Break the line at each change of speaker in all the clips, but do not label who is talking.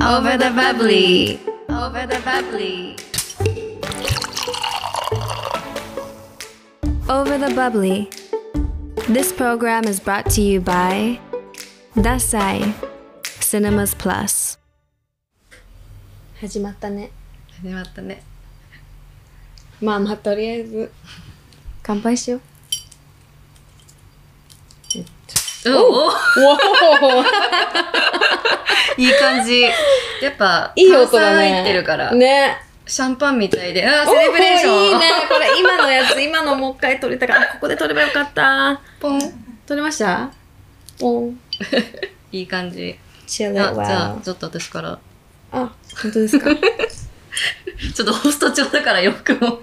Over the bubbly. Over the bubbly.
Over the Bubbly. This program is brought to you by Dasai Cinemas Plus. 始まったね。
始まったね。
まあまあとりあえず乾杯しよう。
おお いい感じ。やっぱ、
いい音だね。
炭酸入ってるから、
ね。
シャンパンみたいで。あー、セレブレーション。
おーいいね。これ今のやつ、今のもう一回撮れたから、あここで撮ればよかった。
ポン。
撮れましたおー。
いい感じ。
チ
あ、
ェル
じ
ワ
ゃあ、
ー。
ちょっと私から。
あ、本当ですか
ちょっとホスト調だからよくも。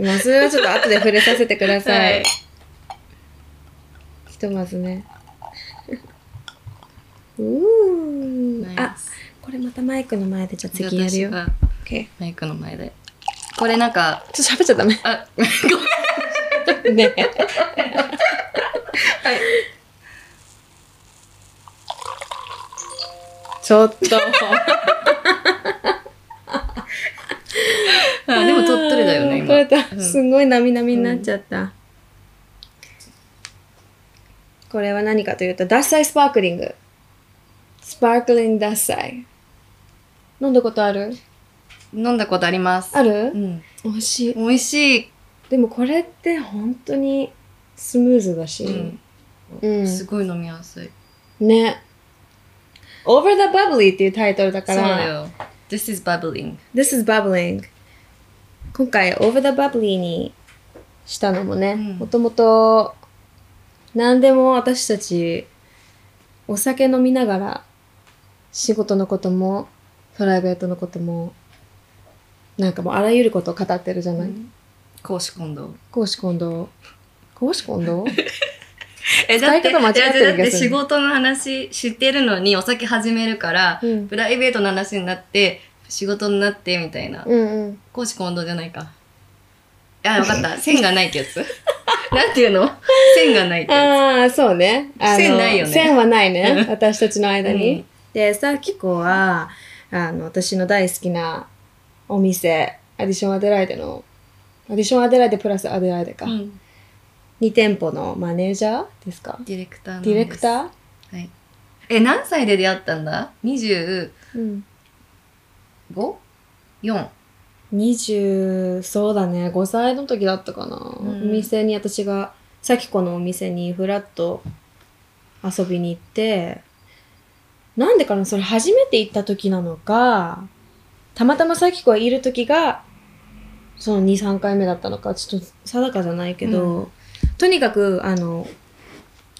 まあそれはちょっと後で触れさせてください。
はい
ひとまずね。 うーん。
ナイ
あ、
ス
これまたマイクの前でじゃあ次やるよ。
じ
オ
ゃ
ッ
あ私が
ケー。
マイクの前で。これなんか、
ちょっと喋っちゃダメ。
あ、ごめん。
ねえ。
はい。
ちょっと。
あでも鳥取だよね、今。
取れた。
うん
すごいなみなみになっちゃった。これは何かというと、ダッサイスパークリング。スパークリングダッサイ。飲んだことある
飲んだことあります。
ある、
うん。
美味しい。
美味しい。
でもこれって本当にスムーズだし。
うん。
うん
すごい飲みやすい。
ね。Over the Bubbly っていうタイトルだか
そうだ
ら、
よ。This is bubbling.
This is Bubbling。今回 Over the Bubbly にしたのもね、
うん
もともと何でも私たちお酒飲みながら仕事のこともプライベートのこともなんかもうあらゆることを語ってるじゃない、
公私混同。
公私混同。公私 混同
え、
使い方間違ってる気がする
いやだって仕事の話知ってるのにお酒始めるから、
うん
プライベートの話になって、仕事になってみたいな。
うんうん。
公私混同じゃないか。いや、わかった。 線がないってや つ。なんていうの線がないってや
ああ、そうね。あの
線ないよね
線はないね
う。ん
私たちの間に。
うん
で、さきこは、あの、私の大好きなお店、アディションアデライデの、アディションアデライデプラスアデライデ
つ。
か。
うん。
二2店舗のマネージャーですか
ディレクターなんです
ディレクタ
はい。え、何歳で出会ったんだ ?25?4?
ーうん。20、そうだね、5歳の時だったかな。
ん
お店に私が、さきこのお店にふらっと遊びに行って、なんでかな、それ初めて行った時なのか、たまたまさきこがいる時が、その2、3回目だったのか、ちょっと定かじゃないけど、とにかく、あの、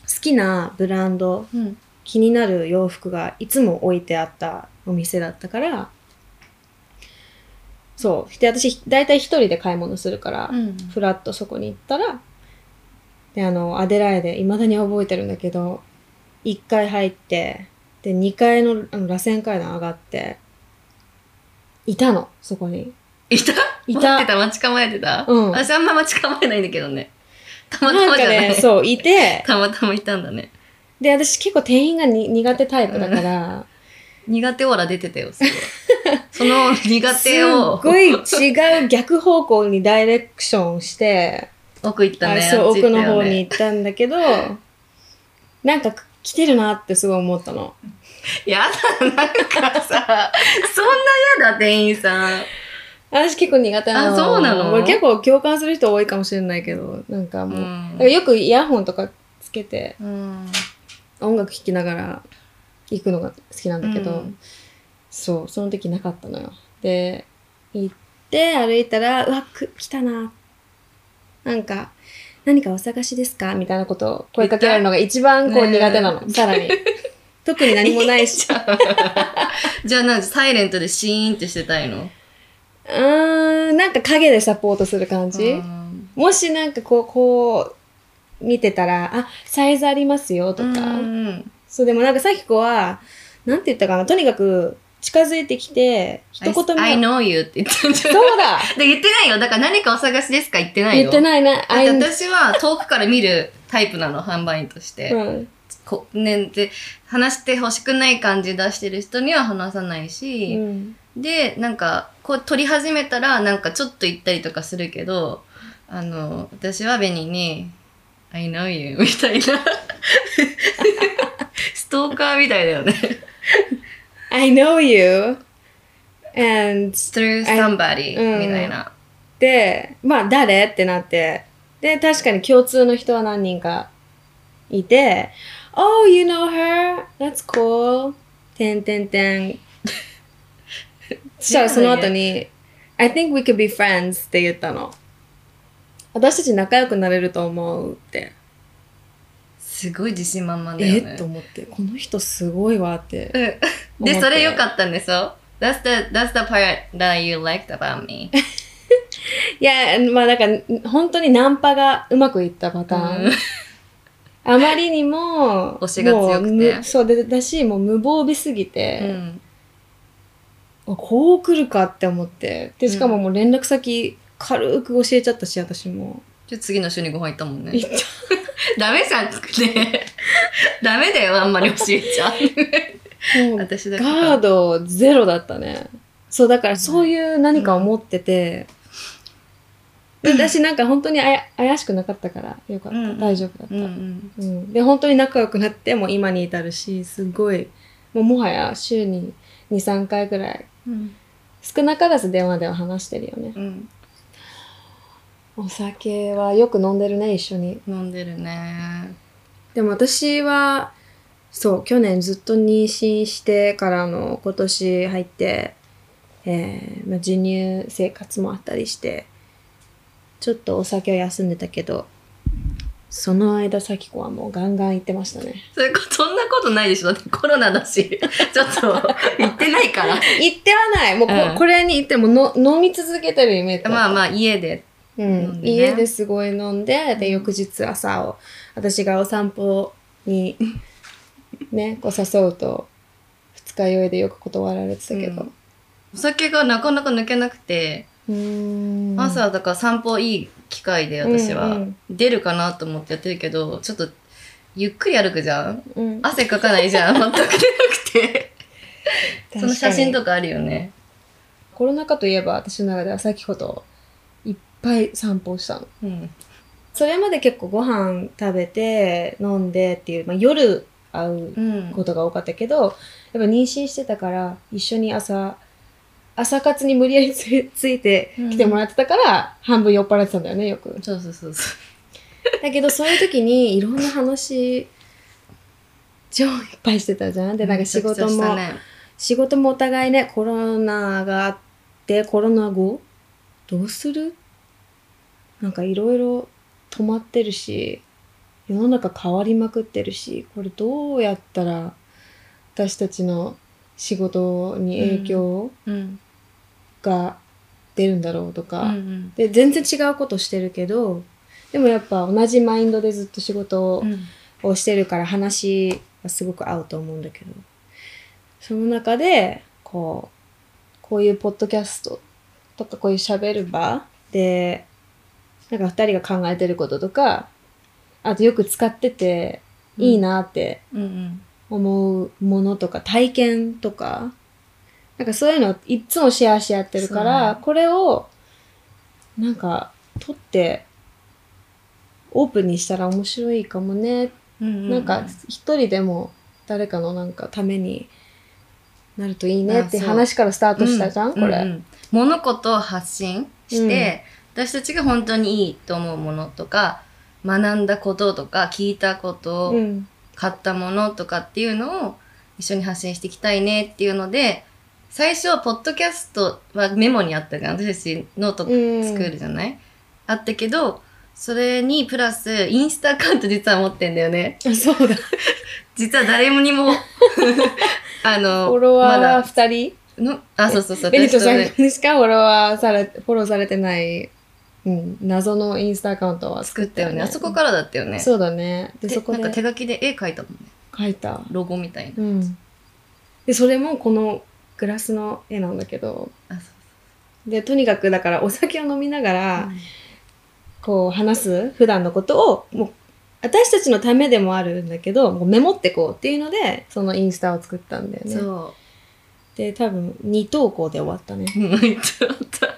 好きなブランド、
うん。
気になる洋服がいつも置いてあったお店だったから、そう。で、私、大体一人で買い物するから、
うん。
ふらっとそこに行ったら、で、あの、アデライデ、未だに覚えてるんだけど、1階入って、で、2階のあの螺旋階段上がって、いたの、そこに。
いた
いた
待ってた、待ち構えてた。
うん
私あんま待ち構えないんだけどね。たまた
な
ま
ん
じ
か
ゃない。
ね、そう、いて、
たまたまいたんだね。
で、私結構店員がに苦手タイプだから、
苦手オーラ出てたよ、 すごいその苦手を
すっごい違う逆方向にダイレクションして、
奥行った
あ
ね。
そう、
あっち行った
奥の
よね
方に。行ったんだけど、なんか来てるなってすごい思ったの。
やだ、なんかさ、そんなやだ、店員さん。
私結構苦手なの。
あそうなの
俺結構共感する人多いかもしれないけど、なんかもう、
うん
なんかよくイヤホンとかつけて、
うん。
音楽聴きながら行くのが好きなんだけど、
うん
そう、その時なかったのよ。で、行って歩いたら、うわ、く来たな。なんか、何かお探しですかみたいなことを声かけられるのが一番こう
ねえ
苦手なの。さら に。特に何もないし。
じゃあ、なんかサイレントでシーンってしてたいの
うーん、なんか影でサポートする感じ。
うん
もしなんかこう、こう、見てたら、あ、サイズありますよと
う
か。
ん。
そう、でもなんかさきこは、なんて言ったかな、とにかく近づいてきて、一
I,
言
I
目。
know you って言ったんじゃない
そうだ
で言ってないよ。だから何かお探しですか言ってない
言
よ。
ってないな、
だって
I
私は遠くから見るタイプなの、販売員として。
うん。
こねで話してほしくない感じ出してる人には話さないし、
うん
でなんかこう撮り始めたらなんかちょっと行ったりとかするけどあの私はベニに「I know you」みたいな ストーカーみたいだよね
I know you and
through somebody
う
み
ん
たいな、
で、まあ誰ってなって、で、確かに共通の人は何人かいて、Oh, you know her? That's cool. てんてんてん。そしたらその後に、I think we could be friends って言ったの。私たち仲良くなれると思うって。
すごい自信満々だ
え
よ
っ
ね
と思って、この人すごいわって。
うんでそれ良かったんですよ That's the, that's the part that you liked about me
いや、まあなんか、本当にナンパが うまくいったパターン。あまりにも、
推しが強くて
もうむそうで、だし、もう無防備すぎ
う
て、
ん
あこう来るかって思って。で、しかも
うん
もう連絡先軽く教えちゃったし、私も。
ちょ次の週にご飯行ったもんね
行った
ダメじゃんね ダメだよあんまり教えちゃ
もう
私だけか
ガードゼロだったね。そう、だからそういう何かを持ってて、私なんか本当にあや怪しくなかったから、よかった。
うんうん
大丈夫だった。
うんうん
うん、で本当に仲良くなってもう今に至るしすごいもうもはや週に23回ぐらい
うん
少なからず電話では話してるよね
うん
お酒はよく飲んでるね一緒に
飲んでるね
でも私はそう去年ずっと妊娠してからの今年入って、えーまあ、授乳生活もあったりしてちょっとお酒は休んでたけどその間咲子はもうガンガン行ってました ね
それこそんなことないでしょだってコロナだし ちょっと行ってない から
行ってはない。もうこ,、
うん
これに行ってもの飲み続けてるイメージだった。
まあまあ家で
う
飲ん
ん、
でね
家ですごい飲んで、で、翌日朝を、私がお散歩 に、ね、こう誘うと、二日酔いでよく断られてたけど。
お酒がなかなか抜けなくて、
うーん
朝だから散歩いい機会で私は、
うん
出るかなと思ってやってるけどちょっとゆっくり歩くじゃん
うん、
汗かかないじゃ ん全く出なくてその写真
と
とかあるよね
コロナ禍といえば、私の中では咲子といっぱい散歩したの。
うん
それまで結構ご飯食べて、飲んでっていう、まあ、夜会う
うん
ことが多かったけど、やっぱ妊娠してたから一緒に朝朝活に無理やりつついてきてもらってたから、半分酔っ払ってたんだよねよく
そうそうそうそ
だけどそういう時にいろんな話超いっぱいしてたじゃん
う
でなんか仕事
めちゃくちゃした
も、
ね
仕事もお互いねコロナがあってコロナ後どうするなんかいろいろ止まってるし世の中変わりまくってるしこれどうやったら私たちの仕事に影響
うん
が出るんだろうと
う
か、
ん
で全然違うことしてるけどでもやっぱ同じマインドでずっと仕事を、
うんうん
をしてるから話はすごく合うと思うんだけどその中でこうこういうポッドキャストとかこういう喋る場でなんか2人が考えてることとかあとよく使ってていいなって
うんうん
思うものとか体験とかなんかそういうのをいっつもシェアし合ってるから、
そう
これをなんか取ってオープンにしたら面白いかもねっ
うんうん
なんか一人でも誰かのなんかためになるといいねって
あそう
話からスタートしたじゃん、
う
これ、
ううん物事を発信して、私たちが本当にいいと思うものとか学んだこととか聞いたこと、
うん
買ったものとかっていうのを一緒に発信していきたいねっていうので最初はポッドキャストはメモにあったじゃん私たちノート
うん
作るじゃない、あったけどそれにプラスインスタアカウント実は持ってんだよね
あそうだ
実は誰に もあの
フォロワー
ま
は
だ
2人、
のあそうそうそう
ベニト
私と
さん
ね
にしかフォロワーされフォローされてない、うん、謎のインスタアカウントは
作ったよね。あそこ
か
からだったよね。
そうだねで
て
そこ
なんか手
で
書きで絵描いたもんね。
書いた
ロゴみたいな。
うんでそれもこのグラスの絵なんだけど
あ、
でとにかくだからお酒を飲みながら、
そう。
こう話す普段のことをもう私たちのためでもあるんだけど、もうメモってこうっていうので、そのインスタを作ったんだよね。
そ
で、多分2投稿で終わったね。
う。もう言ってもらった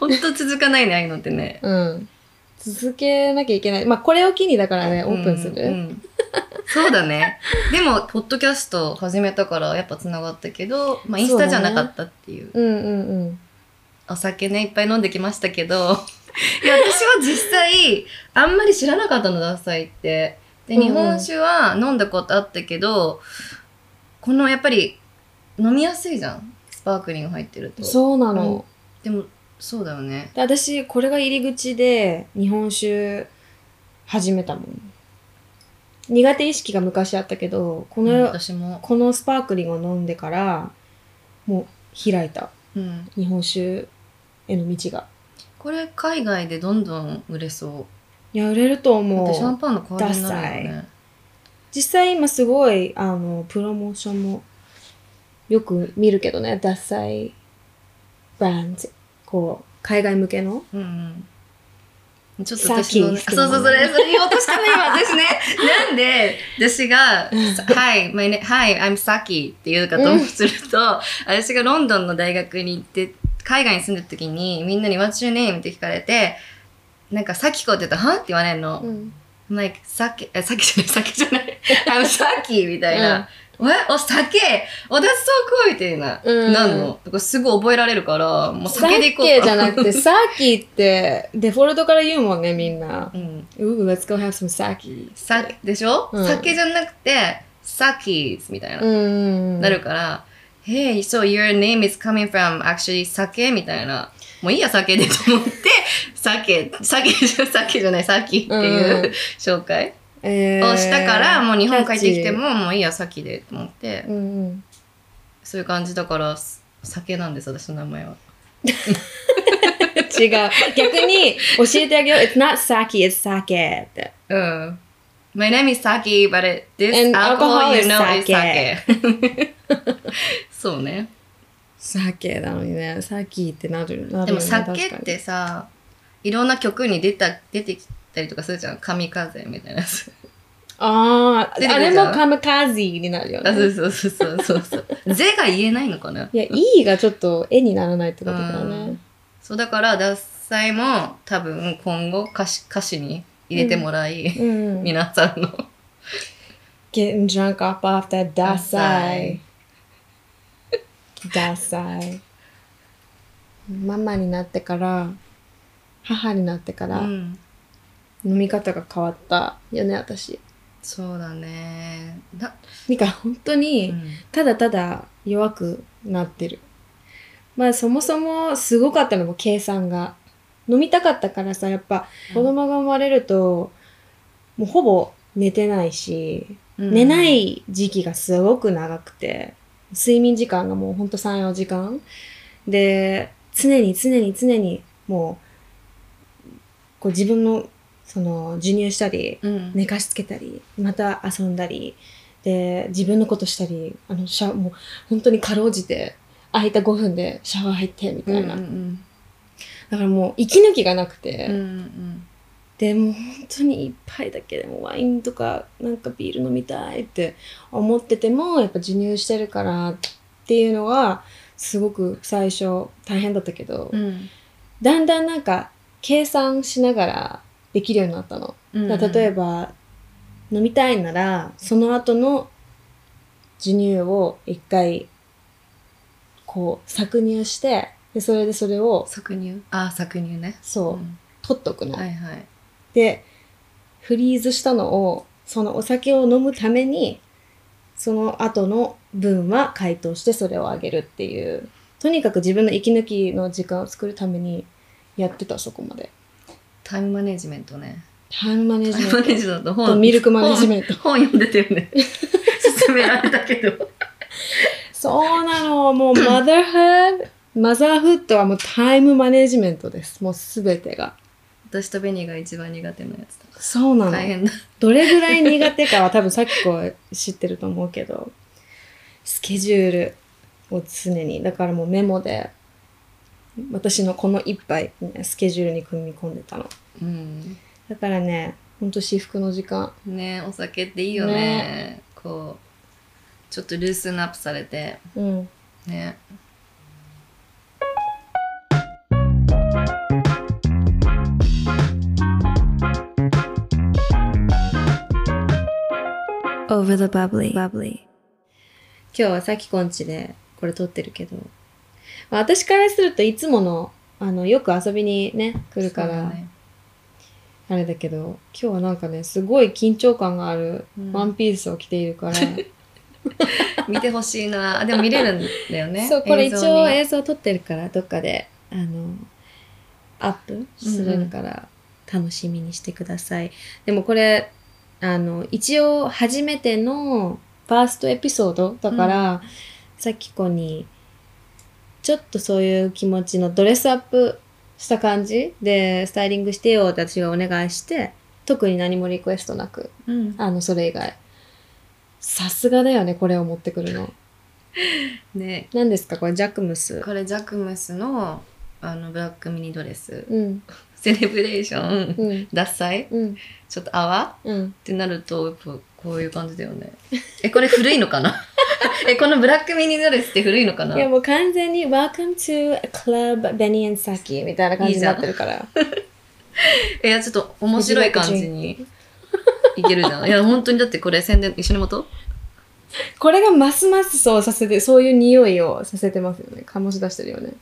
ほんと続かないね、ああいうのってね。
うん。続けなきゃいけない。まあ、これを機にだからね、オープンする。
うんうんそうだね。でも、ポッドキャスト始めたから、やっぱ繋がったけど、まあ、インスタじゃなかったっていう。
うんうんうん。
お酒ね、いっぱい飲んできましたけど、いや、私は実際、あんまり知らなかったの、ダサいって。で、
うんうん
日本酒は飲んだことあったけど、この、やっぱり、飲みやすいじゃん。スパークリング入ってると。
そうなの。
でも、そうだよね。
で私、これが入り口で日本酒始めたもん。苦手意識が昔あったけど、こ
うん
の、
私も。
このスパークリングを飲んでから、もう開いた。
うん。
日本酒への道が。
これ、海外でどんどん売れそう。
いや、売れると
だってシャ
思
ン
う。
パンの代わりになるよね。
実際今すごい、あの、プロモーションもよく見るけどね、ダサいブランド。こう、海外向けの。
うんうん。ちょっと
さっ
私
き
のね、あそうそう、それ、それ言おうとしたの、今、私 ね。なんで、私が、はい、my name, hi, I'm Saki って言うかと
うん
すると、私がロンドンの大学に行って、海外に住んでる時に、みんなに What's your name? って聞かれて、なんか、サキコって言ったら、はんって言わないの。
うん。
I'm like, サケ、え、サケじゃない、サケじゃ ない。I'm Saki! みたいな。What? お、酒お、that's so cool! みたいな。
うん
なんのだからすぐ覚えられるから、もう
サ
酒で
ッ
いこうか。
ケじゃな くて、サーキーってデフォルトから言うもんね、みんな。
うん。
Ooh, let's go have some sake.
さでしょ、
うん
酒じゃなくて、サキーズみたいな、
うんうんうん。
なるから、Hey, so your name is coming from actually 酒みたいな。もういいや、酒でと思って、 酒、酒じゃ、酒じゃない、酒っていう、
うん
紹介
えー
をしたから、もう日本帰ってきて
キャッ
も、もういいや、酒でと思って
チー。、うんうん。
そういう感じだから、す酒なんです、私の名前は。
違う。逆に教えてあげよう。It's not sake, it's sake って。
うん。My name is sake, but it- this
And
alcohol
alcohol
you
is
know is
sake.
sake. そうね。
sake なのにね、sake ってなる。なる
でも
よね
酒ってさいろんな曲に出た出てきたりとかするじゃん「神風」みたいなやつ
確かにあ
出て
あ、あ
くる
れ
じゃん
もカムカズになるよ
あそう
ね。
そうそうそうそうそう 「ぜ」が言えないのかない
や、E がちょっと絵にならないっ
う
てことだよ
ん
ね。
そうだから「脱菜」も多分今後歌詞歌詞に入れてもらい、
うん。
皆さんの
Getting drunk up off that ダサい。ダサい。ママになってから、母になってか
う
ら、
ん
飲み方が変わったよね、私。
そうだねな、
なんか本当
う
に、
ん
ただただ弱くなってる。まあそもそもすごかったのも計算が。飲みたかったからさ、やっぱ子供が生まれると、もうほぼ寝てないし、
うん
寝ない時期がすごく長くて、睡眠時間がもうほんと3、4時間。で、常に常に常にもう、こう自分の、その、授乳したり、
うん、
寝かしつけたりまた遊んだりで自分のことしたりあのシャもう本当にかろうじて空いた5分でシャワー入って
う
み
ん
た
う
い
ん
な、
うん
だからもう息抜きがなくて、
うんうん
でもう本当に一杯だけでもワインとかなんかビール飲みたいって思っててもやっぱ授乳してるからっていうのはすごく最初大変だったけど、
うん
だんだんなんか計算しながらできるようになったの。
うん
だから例えば飲みたいならその後の授乳を一回こう搾乳してでそれでそれを
搾乳あ搾乳ね
そう、
うん
取っとくの、
はいはい
でフリーズしたのをそのお酒を飲むためにその後の分は解凍してそれをあげるっていうとにかく自分の息抜きの時間を作るためにやってたそこまで
タイムマネジメントね
タイムマネジ
タイ
メ
ム
ント
マネジメント
と
本
ミルクマネジメント
本読んでたよ ね。勧められたけど。
そうなの。もう、マザーフッド、マザーフッドはもうタイムマネジメントです。もうすべてが。
私とベニーが一番苦手なやつだ。
そうな
大
の。
変だ。
どれぐらい苦手かは多分さっきこう知ってると思うけど、スケジュールを常に、だからもうメモで、私のこの一杯、スケジュールに組み込んでたの。
うん。
だからね、ほんと至福の時間。
ねお酒っていいよねこうちょっとルースンアップされて
うん。
ね
今日はさきこんちでこれ撮ってるけど、まあ、私からするといつもの、あの、よく遊びにね、来るから、
そうだね
あれだけど、今日はなんかね、すごい緊張感がある
うん
ワンピースを着てい るから、
見てほしいなあでも見れるんだよね
そう、これ一応
映
映像撮ってるから、どっかで、あの、アップするから、楽しみにしてください。でもこれ、あの、一応初めてのファーストエピソードだから、さきこに、ちょっとそういう気持ちのドレスアップした感じで、スタイリングしてよって私がお願いして、特に何もリクエストなく、
像に、うん
あの、それ以外。さすがだよね、これを持ってくるの。
ね
何ですかこれ、ジャクムス。
これジャクムスのあのブラックミニドレス
うん、
セレブレーション、
うん、
脱祭
うん、
ちょっと泡
うん。
ってなるとやっぱこういう感じだよね えこれ古いのかな えこのブラックミニドレスって古いのかない
や、もう完全に、Welcome to a Club Benny and Saki みたいな感じになってるから。
えいやちょっと面白い感じにいけるじゃんいや本当にだってこれ宣伝一緒に持とう
これがますますそうさせて、そういう匂いをさせてますよね。醸し出してるよね。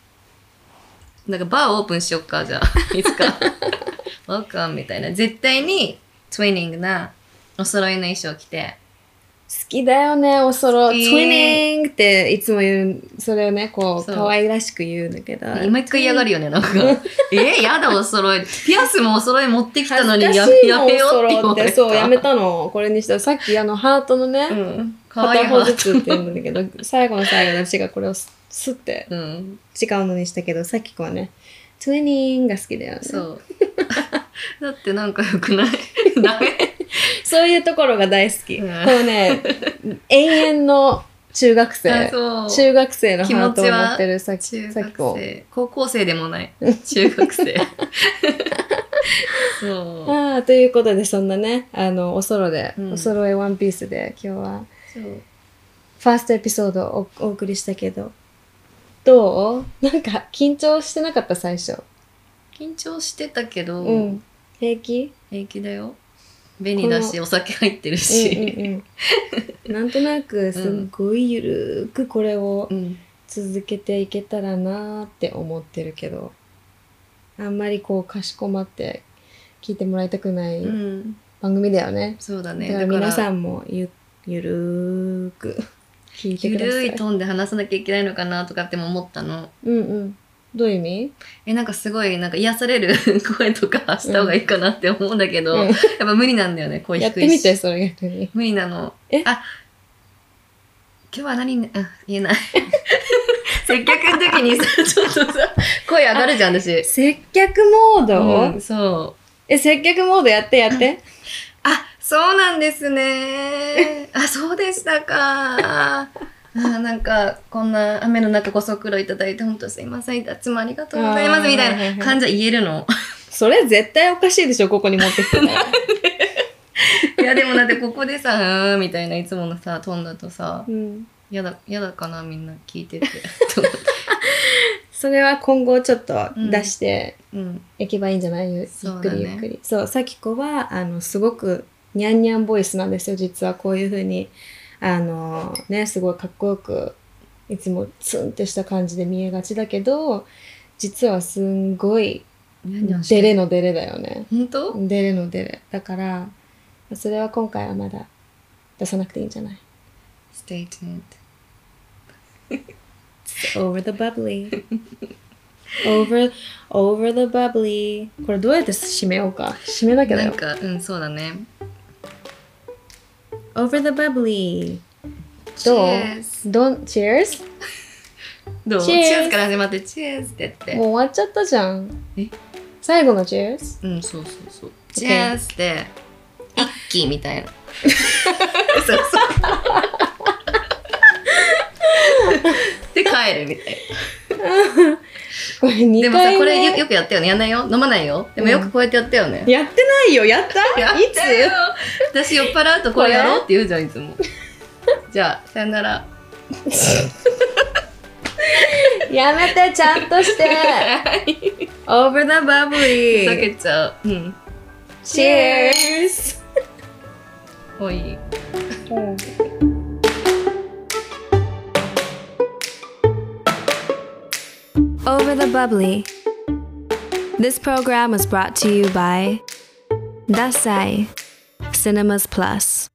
なんかバーオープンしよっか、じゃ あ。いつか。ワーカーみたいな。絶対に、トゥイニングな、お揃いの衣装着て。
好きだよね、おそろ。
好
t
き
w i n n i n っていつも言う、それをね、こう、
そう
可愛らしく言うんだけど。
毎回嫌がるよね、なん か。えやだ、お揃い。ピアスもお揃い持ってきたのにや、
恥ず
や
かしい
めようっ
の
て言
おそろ
わ
っ
れ
て、
た。
そう、やめたの。これにしたら、さっきあの、ハートのね、
うん。かわいい
片方ず
話。
つって言うんだけど、最後の最後で私がこれをすすって
うん。
違うのにしたけど、さっきこはね、トゥイニンが好きだよね。
そう。 だってなんか良く ないダメ
そういうところが大好き。
うん
この ね、永遠の中学
あ
生。
そう。
中学生のハート
気持
を
ち
持
は
ってるさき
中
さき
学
こ。
生。高校生でもない。中学 生。そう。
ああ、ということで、そんなね、あの、おそろで、
うん
おそろいワンピースで、今日は、
そう
ファーストエピソードをおお送りしたけど、どうなんか、緊張してなかった、最初。
緊張してたけど、
うん。平気
平気だよ紅だしお酒入ってる
うん
し、
うんうん。なんとなく、すっごいゆるーくこれを
うん
続けていけたらなーって思ってるけどあんまりこうかしこまって聞いてもらいたくない
うん
番組だよね、
そうだね
だか
だ
ら
から
皆さんもゆゆるーく聞いて
ゆ
くださ
る
い
いトーンで話さなきゃいけないのかなとかっても思ったの
うんうんどういう意味
えなんかすごいなんか癒される 声とかした方がいいかなって思うんだけど、
うん
やっぱ無理なんだよね声低い
や
し
ってみてそれ逆に
無理なの
え
あ今日は何にあ言えない 接客の時 にさちょっとさ声上がるじゃん私
接客モード、
うんそう
え接客モードやってやって
あ、そうなんですね。あ、そうでしたか。あーなんか、こんな雨の中ご足労いただいて、本当すいません。いつもありがとうございま
あー
す。みたいな感じは言えるの。
それ絶対おかしいでしょここに持ってき てたら
いや、でもだってここでさ、う ーん、みたいな、いつものさ、飛んだとさ
う、ん
やだ、やだかな、みんな聞いて て。と思って
それは今後ちょっと出して、
うん。
行けばいいんじゃないゆっ
そう
く
だね
りゆっくり。そう、さきこは、あの、すごく、にゃんにゃんボイスなんですよ、実は。こういうふうに、あの、ね、すごいかっこよく、いつもツンってした感じで見えがちだけど、実はすんごい、
何をして
デレのデレだよね。
本当
デレのデレ。だから、それは今回はまだ出さなくていいんじゃない
?Stay tuned.
It's ?Over the bubbly. over, over the bubbly. これどうやって締めようか。締めなきゃだ
な
よ
ん。か、うん、そうだね。
Over the bubbly. どう
Cheers
どん、Cheers?
どう
Cheers
チェーズから始まって、チェーズって言って。
もう終わっちゃったじゃん。
え
最後の Cheers?
うん、そうそうそう。チェーズって、一気みた いな。そうそう。で、帰るみたい
こ
な。
れ2
でもさ、
回目
これよよくやったよね。やんないよ。飲まないよ。でもよくこうやってやったよね。
やってないよやった
やっ
い
たよ
つ
私酔っ払うとこれやろうって言うじゃんいつもじゃあさよなら
やめてちゃんと して Over
ふ
the
ざ
bubbly
けちゃううん
Cheers!
もういい
Over the Bubbly. This program was brought to you by Dasai Cinemas Plus.